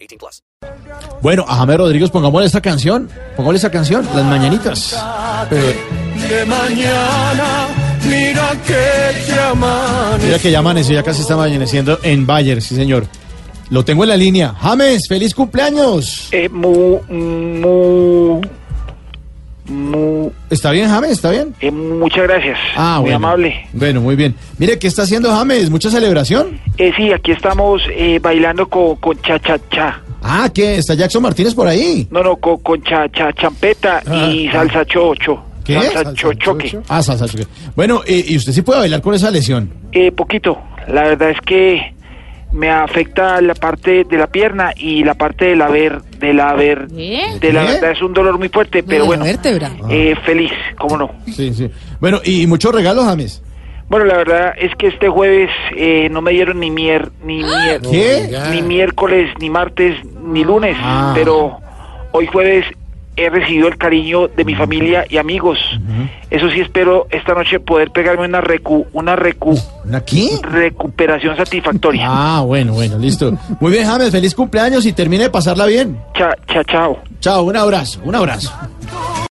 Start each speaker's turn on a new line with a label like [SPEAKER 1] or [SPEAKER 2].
[SPEAKER 1] 18 plus.
[SPEAKER 2] Bueno, a Jaime Rodríguez, pongámosle esta canción. Pongámosle esta canción, Las Mañanitas. Pero
[SPEAKER 3] de mañana, mira que te amanece.
[SPEAKER 2] mira que ya amaneció, ya casi está amaneciendo en Bayer, sí señor. Lo tengo en la línea. James, feliz cumpleaños.
[SPEAKER 4] Eh, mu, mu, mu,
[SPEAKER 2] ¿Está bien, James? ¿Está bien?
[SPEAKER 4] eh, muchas gracias. Muy
[SPEAKER 2] Ah, bueno.
[SPEAKER 4] amable.
[SPEAKER 2] Bueno, muy bien. Mire, ¿qué está haciendo James? ¿Mucha celebración?
[SPEAKER 4] Eh, sí, aquí estamos eh, bailando con, con cha cha cha.
[SPEAKER 2] Ah, ¿qué? ¿Está Jackson Martínez por ahí?
[SPEAKER 4] No, no, con, con cha cha champeta y
[SPEAKER 2] Ah.
[SPEAKER 4] salsa chocho.
[SPEAKER 2] ¿Qué?
[SPEAKER 4] Salsa
[SPEAKER 2] Salsa
[SPEAKER 4] chochoque.
[SPEAKER 2] Ah, salsa choque. Bueno, eh, ¿y usted sí puede bailar con esa lesión?
[SPEAKER 4] Eh, poquito. La verdad es que me afecta la parte de la pierna y la parte del haber, del haber,
[SPEAKER 5] ¿Eh?
[SPEAKER 4] de la
[SPEAKER 2] ¿Eh?
[SPEAKER 4] verdad es un dolor muy fuerte,
[SPEAKER 2] Ah,
[SPEAKER 4] pero
[SPEAKER 5] Bueno,
[SPEAKER 4] bueno,
[SPEAKER 5] la vértebra.
[SPEAKER 4] eh, feliz, cómo no.
[SPEAKER 2] Sí, sí. Bueno, ¿y muchos regalos, James?
[SPEAKER 4] Bueno, la verdad es que este jueves eh, no me dieron ni mier, ni mier,
[SPEAKER 2] ¿Qué?
[SPEAKER 4] ni miércoles, ni martes, ni lunes,
[SPEAKER 2] Ah.
[SPEAKER 4] pero hoy jueves he recibido el cariño de mi familia y amigos. Eso sí espero esta noche poder pegarme una recu, una recu,
[SPEAKER 2] ¿Una qué?
[SPEAKER 4] recuperación satisfactoria.
[SPEAKER 2] Ah, bueno, bueno, listo. Muy bien, James, feliz cumpleaños y termine de pasarla bien.
[SPEAKER 4] Cha, cha, chao.
[SPEAKER 2] Chao, un abrazo, un abrazo.